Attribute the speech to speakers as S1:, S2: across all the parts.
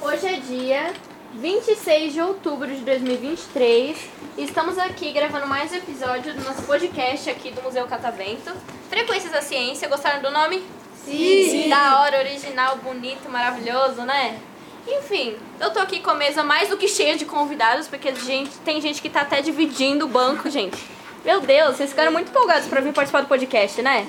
S1: Hoje é dia 26 de outubro de 2023 e estamos aqui gravando mais um episódio do nosso podcast aqui do Museu Catavento. Frequências da Ciência, gostaram do nome? Sim! Da hora, original, bonito, maravilhoso, né? Enfim, eu tô aqui com a mesa mais do que cheia de convidados, porque gente, tem gente que tá até dividindo o banco, gente. Meu Deus, vocês ficaram muito empolgados pra vir participar do podcast, né?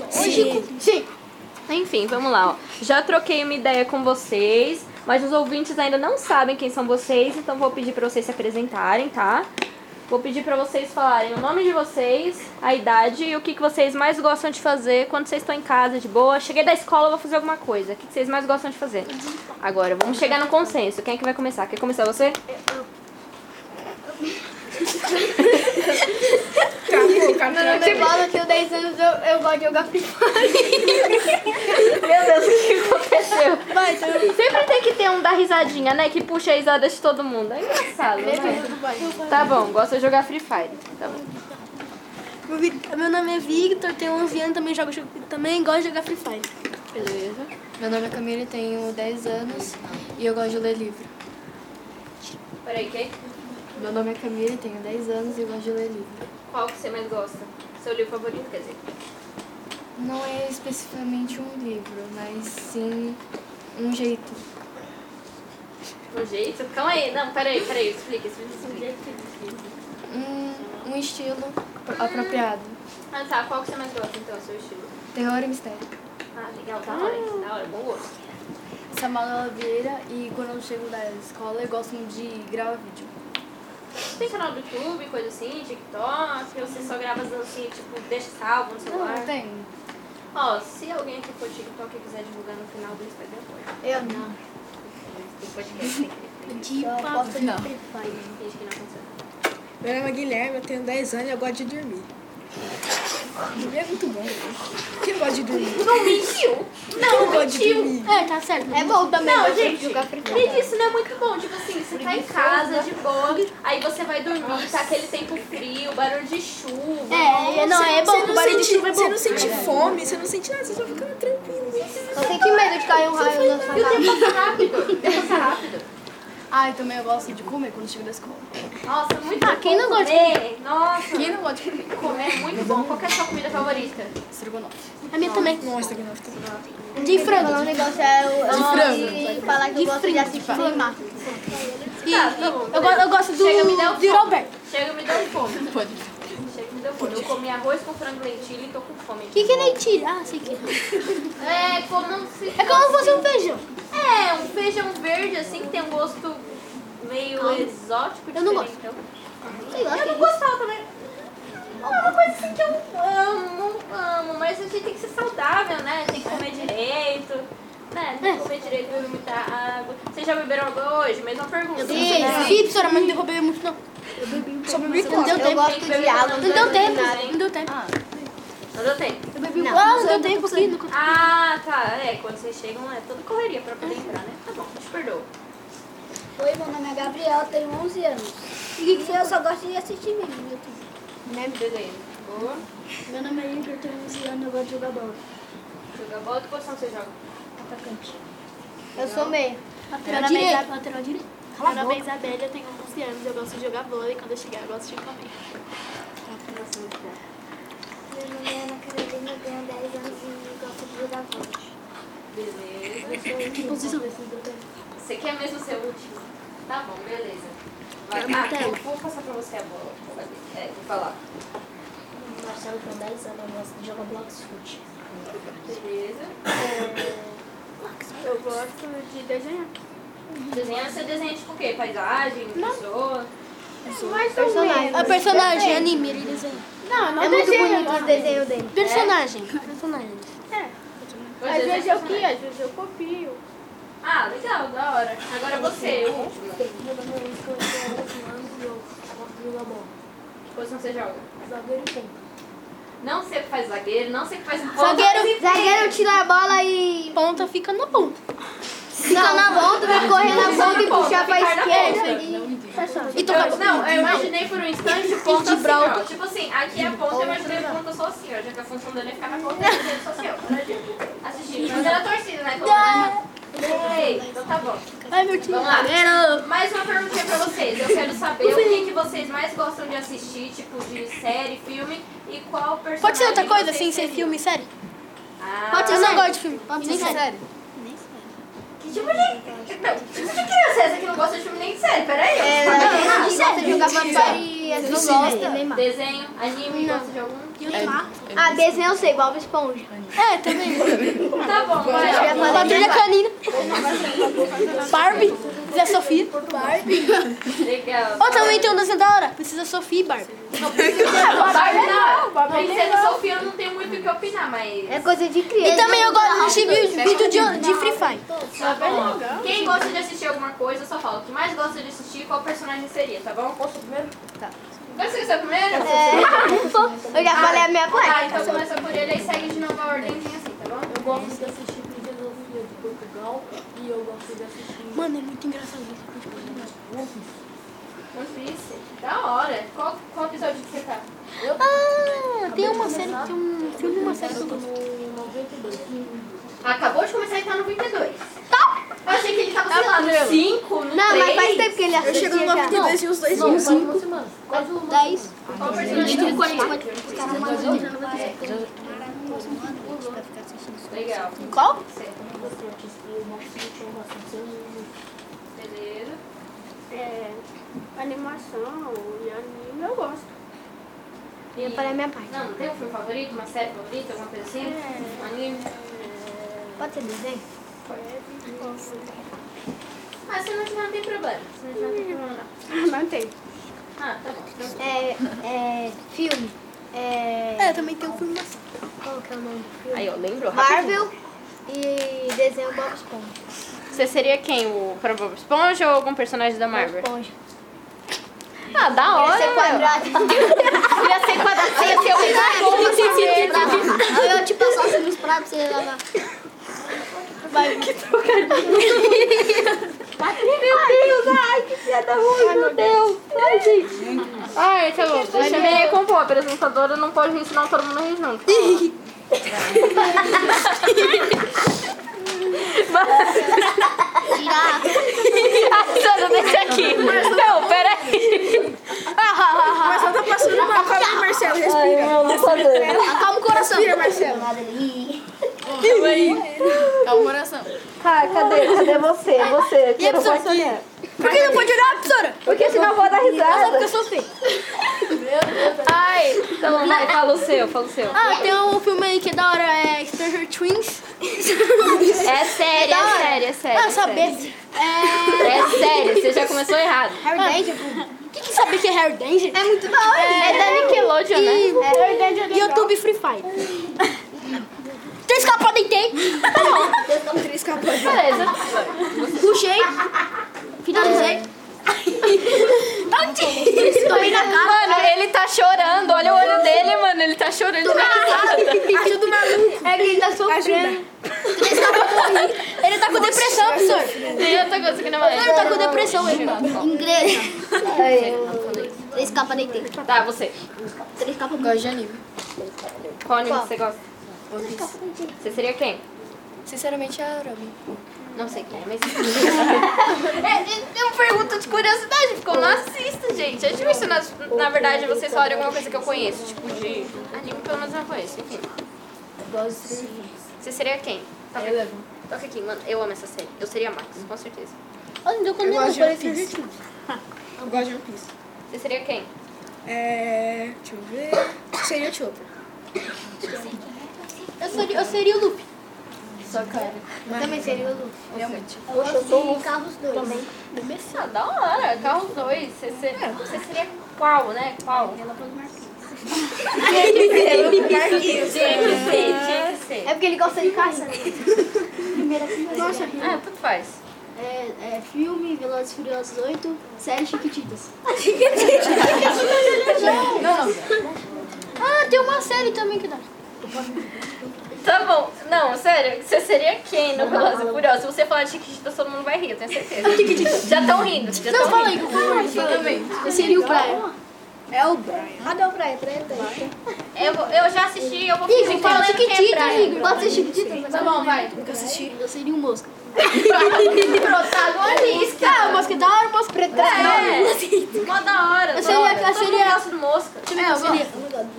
S1: Enfim, vamos lá. Ó. Já troquei uma ideia com vocês, mas os ouvintes ainda não sabem quem são vocês, então vou pedir pra vocês se apresentarem, tá? Vou pedir pra vocês falarem o nome de vocês, a idade e o que, que vocês mais gostam de fazer quando vocês estão em casa, de boa. Cheguei da escola, vou fazer alguma coisa. O que, que vocês mais gostam de fazer? Agora, vamos chegar no consenso. Quem é que vai começar? Quer começar você?
S2: Meu nome é Paula, eu tenho 10 anos, eu, eu gosto de jogar Free Fire.
S1: Meu Deus, o que aconteceu? Sempre tem que ter um da risadinha, né? Que puxa a risada de todo mundo. É engraçado, né? Tá bom, gosta de jogar Free Fire. Tá bom.
S2: Meu, vi- meu nome é Victor, tenho 11 anos, também, jogo, também gosto de jogar Free Fire.
S1: Beleza.
S3: Meu nome é Camila, tenho 10 anos e eu gosto de ler livro.
S1: Peraí, quem?
S3: Meu nome é Camila, tenho 10 anos e eu gosto de ler livro.
S1: Qual que você mais gosta? Seu livro favorito, quer dizer?
S3: Não é especificamente um livro, mas sim um jeito.
S1: Um jeito? Calma aí, não, peraí, peraí, explica, explica, explica.
S3: Um, um estilo pro- apropriado.
S1: Ah tá, qual que você mais gosta então, seu estilo?
S3: Terror e mistério.
S1: Ah, legal, da hora, hein? da hora, bom gosto.
S3: Samala Vieira e quando eu chego da escola eu gosto de gravar vídeo.
S1: Tem canal do YouTube, coisa assim, TikTok, ou você só grava as dancinhas, tipo, deixa salvo no celular?
S3: tenho.
S1: Ó, se alguém aqui for TikTok e quiser divulgar no final do Instagram, pode.
S3: Eu não.
S1: Tem podcast, tem que- tem
S2: De papo de Free Fire.
S1: que- finge que não aconteceu.
S4: Meu nome é Guilherme, eu tenho 10 anos e eu gosto de dormir. Dormir é muito bom. Quem não gosta de dormir?
S1: Não mentiu!
S4: Quem
S1: Não,
S4: gosta de
S1: mentiu!
S4: dormir?
S2: É, tá certo. É bom também,
S1: Não,
S2: gosto de
S1: gente,
S2: jogar Free Fire.
S1: e isso não é muito bom. Tipo assim, você tá em
S2: né?
S1: casa de boa, aí você vai dormir, tá aquele tempo frio, barulho de chuva.
S2: É, não, é bom, o barulho de
S4: sente-
S2: chuva é
S4: Você
S2: bom.
S4: não sente fome, você não sente nada, você só fica tranquilo.
S2: Eu tenho que medo de cair um raio na sua
S1: E o
S2: cara.
S1: tempo passa rápido, o tempo passa rápido.
S3: Ah, e também eu gosto de comer quando chego da escola.
S1: Nossa, muito
S2: Ah,
S1: bom
S2: quem não gosta de
S1: comer. Nossa,
S3: Quem não gosta de comer?
S1: comer é muito bom. Qual que é a sua comida favorita?
S3: Estrogonofe.
S2: A minha também.
S4: Nossa, que nossa. tá bom.
S2: De frango. O negócio é eu
S1: frango.
S2: falar que eu gosto de assistir filmar.
S1: Tá, tá bom.
S2: Eu, go- eu gosto do,
S1: Chega, me dá um
S2: de
S1: pouco.
S2: Roberto.
S1: Chega, me deu fome. Pode. Chega, me deu fome. Eu comi arroz com frango e lentilha e tô com fome.
S2: O que, que é lentilha? Ah, sei que é.
S1: É, como não se...
S2: É como se fosse um feijão.
S1: É, um feijão verde assim que tem um gosto meio exótico.
S2: Eu não gosto.
S1: diferentão.
S2: Sei lá. né?
S1: Eu não gostava também. É uma coisa assim que eu amo, amo, mas a gente tem que ser saudável, né? Tem que comer direito. Né?
S2: É.
S1: Tem que comer direito, beber muita água. Vocês já beberam água hoje? Mesma pergunta.
S2: Sim, sim, professora, mas não derrubei muito não.
S4: Só bebi
S2: Não deu
S4: coca.
S2: tempo.
S1: gosto de água.
S2: Não deu tempo, não deu tempo.
S1: Não deu tempo.
S2: Eu bebi Ah, não, ah, não deu tempo aqui. Não...
S1: Ah, tá. É, quando vocês chegam é toda correria pra poder entrar, né? Tá bom, te perdoo.
S5: Oi, meu nome é Gabriel, tenho 11 anos. E eu só gosto de assistir vídeo no YouTube.
S1: Né? Beleza. Boa.
S5: Meu nome é Igor, tenho 11 anos, eu gosto de jogar bola.
S1: Joga bola, que posição você joga?
S5: Atacante.
S2: Eu sou meio.
S6: Meu nome, é Isabel, meu nome é Isabel, eu tenho 11 anos, eu gosto de jogar vôlei, quando eu chegar eu gosto de comer.
S5: Meu nome é Ana Carolina, eu tenho 10 anos e gosto de jogar bola.
S1: Beleza.
S5: Eu sou
S1: Você quer mesmo ser útil? Tá bom, beleza. Vai. Ah, eu vou passar pra você a bola. É, vou falar.
S5: Marcelo, tenho 10 anos, eu gosto de jogar blocos foot.
S1: Beleza.
S6: Eu gosto de desenhar.
S1: Desenhar, você desenha tipo o quê? Paisagem, pessoa?
S2: Personagem. A personagem, anime, ele desenha.
S6: Não, eu não
S5: É muito bonito
S6: né?
S5: os desenhos dele. É?
S2: Personagem. Personagem.
S1: Você
S6: Às
S1: desenha
S6: vezes eu
S1: personagem.
S6: crio, às vezes eu copio.
S1: é Ah, legal, da hora. Agora você, o último.
S5: Meu nome é Luiz, eu tenho 11 anos e eu gosto de jogar bola.
S1: Que posição você joga?
S5: Zagueiro tem.
S1: Não sei o que faz zagueiro, não sei o que faz ponta.
S2: Zagueiro,
S5: Zagueiro tira a bola e
S2: ponta fica na ponta.
S5: fica na ponta, vai correr na ponta e puxar pra
S1: Ficar na
S5: esquerda.
S1: ponta.
S5: e- sensação.
S2: E tocar
S1: Eu- Então, não, eu imaginei por um instante o ponto assim, ó. Tipo assim, aqui é a ponta, eu imaginei o ponto, eu sou assim, ó. Já que a função dele é ficar na ponta, eu sou assim, ó. pra gente Assistir. Mas era torcida, né? Então, Ei, então tá bom.
S2: Ai, meu time.
S1: Vamos lá.
S2: Era...
S1: Mais uma perguntinha pra vocês. Eu quero saber o que, que vocês mais gostam de assistir, tipo de série, filme, e qual personagem
S2: Pode ser outra coisa,
S1: vocês
S2: sem ser
S1: seriam.
S2: filme, série?
S1: Ah,
S2: Pode ser,
S5: é.
S2: eu não gosto de filme.
S3: Pode
S2: nem
S3: ser sério.
S1: Que tipo de... Não, que tipo de criança é essa que não gosta de filme nem de série? Peraí.
S2: É.
S1: eu-
S5: Ah,
S3: Não, gosta de jogar Vampire e às vezes não gosta.
S1: Desenho, anime, gosta de algum?
S5: Ah, desenho eu sei, Bob Esponja.
S2: É, também.
S1: Tá bom, vai. ó.
S2: Patrulha Canina. Barbie. Precisa Sofia.
S1: Legal.
S2: Ou também tem um desenho da hora. Precisa Sofia e Barbie.
S1: Barbie não. Princesa Sofia eu não tenho muito o que opinar, mas...
S5: É coisa de criança.
S2: E também eu gosto de assistir vídeo, vídeo de, de Free Fire.
S1: Tá bom. Quem gosta de assistir alguma coisa, só fala. O que mais gosta de assistir, qual personagem seria, tá bom? Posso primeiro? Tá. Quer ser o primeiro?
S5: É. Eu já falei a minha
S1: Ah,
S5: poética.
S1: então começa por ele e segue de novo a ordemzinha assim, tá bom?
S6: Eu gosto de assistir Princesa Sofia de Portugal e eu gosto de assistir.
S2: Mano, é muito engraçado isso.
S1: One Piece. Da hora. Qual, qual episódio que você tá?
S2: Ah, tem uma série, tem um filme e uma série que eu gosto.
S6: No 92.
S1: Acabou de começar e tá no 22. Eu achei que ele tava, sei lá, no 5,
S5: Não,
S1: no
S5: mas faz
S1: 3.
S5: tempo que ele
S4: Eu
S5: assistia
S4: chego no
S5: já.
S4: 92 e os dois
S6: Não,
S4: juntos.
S6: faz uma semana. Quase uma semana.
S5: 10.
S1: Qual personagem que você gosta? Legal.
S2: Qual?
S1: Certo. Beleza.
S6: É, animação e anime eu gosto.
S1: E
S5: Eu falei a minha parte.
S1: Não, não tem um filme favorito, uma série favorita, alguma coisa assim? Um anime? É.
S5: Pode ser desenho? É,
S1: Ah, se não tiver, não tem problema. Se não tiver, não tem problema não.
S6: Não tem.
S1: Ah, tá bom. Então,
S5: É, é, filme. É,
S2: É, também tem um filme e uma série.
S5: qual que é o nome do filme?
S1: Aí, ó, lembrou.
S5: Marvel e desenho Bob Esponja.
S1: Você seria quem? O para Bob Esponja ou algum personagem da Marvel?
S5: Esponja.
S1: Ah, da hora.
S5: Ser quadrado.
S1: Ia ser quadrado. Ia ser um
S5: Eu te passar os meus pratos pra você lavar.
S1: Ai, tá bom. Eu chamei a compor. A apresentadora não pode rir, senão todo mundo ri junto. Ah, Sandra, deixa aqui. Não, peraí.
S4: Mas eu tô Tá passando mal. Calma aí, Marcelo, respira. Ai, não Acalma o coração. Respira, Marcelo.
S3: Calma, coração.
S7: Ah, cadê? Cadê você? Você,
S2: E a pessoa? Por que não pode olhar a professora?
S7: Porque senão eu vou dar
S2: Só
S7: risada.
S2: porque eu sou feio.
S1: Ai, então vai, fala o seu, fala o seu.
S2: Ah, tem um filme aí que é da hora, é Stranger Twins.
S1: É sério, é sério, é sério.
S2: Ah,
S1: é
S2: saber.
S1: sério.
S2: É...
S1: É sério, você já começou errado.
S5: Harry Danger.
S2: O que que sabe que é Hair Danger?
S5: É muito da hora.
S1: É da Nickelodeon, né?
S2: E YouTube Free Fire. Três capas deitei,
S1: Beleza.
S2: puxei, finalizei. Tomei na cara.
S1: Mano, ele tá chorando. Olha o olho dele, mano. Ele tá chorando. de risada.
S4: Ajuda o maluco.
S5: É que ele tá
S4: Ajuda.
S2: Ele tá com depressão, professor.
S1: Eu tô conseguindo mais.
S2: Ele tá com depressão, ele.
S5: Inglesa.
S4: É,
S5: Três capas deitei.
S1: Tá, você.
S5: Três capas
S3: Gosto de anime.
S1: Qual anime você gosta? Você seria quem?
S3: Sinceramente, a Robin.
S1: Não sei quem é, mas. é, é uma pergunta de curiosidade, porque eu não assisto, gente. É difícil, na, na verdade, vocês falarem alguma coisa que eu conheço. Tipo, de anime, pelo menos eu não conheço. Enfim. Você seria quem? Toca aqui. Toca aqui, mano. Eu amo essa série. Eu seria Max, com certeza.
S2: Olha, não deu quando
S4: Eu gosto
S2: eu falei
S4: de One Piece. Ah. Eu gosto de One Piece.
S1: Você seria quem?
S4: É... Deixa eu ver... Seria Chopper.
S2: Eu seria, eu seria o Lupe.
S5: Também seria o Luffy.
S3: Realmente.
S5: Poxa, eu sou o Carlos 2. Também.
S1: Ah, da hora. Carros 2. Você,
S3: É.
S1: você, você seria qual, né? Qual? Tinha que ser, tinha que ser.
S5: É porque ele gosta de caça. né?
S1: Ah, tudo faz.
S5: É, é filme, Velozes e Furiosos 8, série Chiquititas. Ah,
S2: Ah, tem uma série também que dá.
S1: Tá bom. Não, sério, você seria quem no Velozes e Furiosos? Se você falar de Chiquititas, todo mundo vai rir, eu tenho certeza. já estão rindo, já
S3: Não,
S1: estão
S3: fala
S1: rindo.
S3: aí,
S5: Ah,
S3: Exatamente. Eu seria o Brian.
S4: É o Brian.
S5: Cadê o Brian? Preta aí.
S1: Eu, vou- eu já assisti, eu vou fingir que eu
S5: fala
S1: lembro quem é Brian.
S5: Igor. Pode ser Chiquititas?
S3: Tá bom, vai. Eu assisti. Eu seria o Mosca.
S1: Protagonista!
S3: Ah, o Mosca é da hora, o Mosca preta.
S1: É, mó da hora.
S3: Eu seria- eu seria-
S1: Eu gosto do Mosca.
S3: É, eu seria.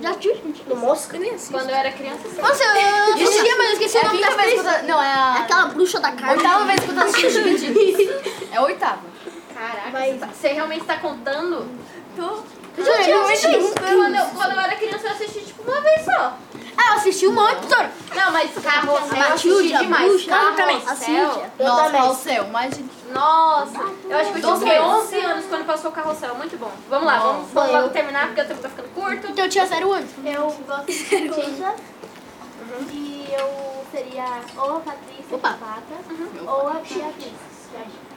S5: Já tive. No mosca?
S1: Quando eu era criança, sim.
S3: Nossa, eu eu assistia, mas eu esqueci o nome da vez. Não, é a...
S5: Aquela bruxa da carne.
S3: Oitava vez que eu tô assistindo Chiquititas. É a oitava.
S1: Caraca,
S5: Vai.
S1: você, tá- você realmente tá contando? Tô.
S5: Já tinha assistido.
S1: Quando eu, quando eu era criança, eu assisti tipo uma vez só.
S3: Ah, eu assisti um monte, tesouro.
S1: Não, mas carrossel eu assisti
S5: Matilde, a
S1: demais.
S5: bruxa. Ah, também.
S1: Carrossel.
S5: Eu também.
S3: o céu, mas...
S1: Nossa, eu acho que eu tinha 11 anos quando passou o carrossel. Muito bom. Vamos lá, vamos, vamos logo terminar porque o tempo tá ficando curto.
S3: Então eu tinha zero anos.
S6: Eu gosto de Cintia.
S2: Uhum.
S6: E eu seria ou a Patrícia
S3: Opa.
S6: Zapata
S2: Uhum.
S6: ou a Beatriz. eu acho.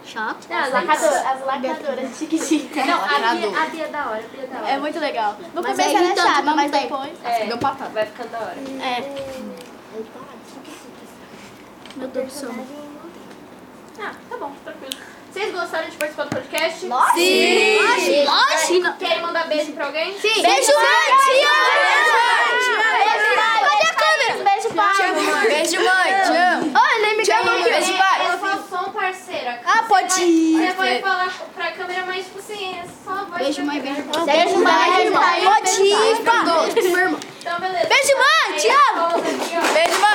S3: Chato.
S1: Não, as
S6: Lacrador-
S1: lacradoras.
S6: As lacradoras chiquititas.
S1: Não, a Bia, a Bia é da hora, a Bia é da hora.
S3: É muito legal. No
S2: Mas
S3: começo
S2: é
S3: era
S2: irritante,
S3: chata,
S2: mas
S3: mas
S2: bem.
S3: depois...
S1: É.
S3: Deu patada.
S1: Vai ficando da hora.
S3: É.
S2: Meu Deus do céu.
S1: Ah, tá bom, tranquilo. Vocês gostaram de participar do podcast?
S2: Sim! Lógico!
S1: Querem mandar beijo pra alguém? Sim.
S2: Beijo, mãe! Te
S3: Beijo, mãe. Te amo.
S2: Olha, me
S1: Beijo, pai. Eu sou só um parceiro. Ah, pode ir. Você vai falar pra câmera, mas tipo assim, é só voz Tá, Beijo, mãe. Beijo,
S2: Beijo, mãe! Pode ir,
S3: Meu irmão.
S1: Então, beleza. Beijo, mãe. Te amo.
S3: Beijo, mãe.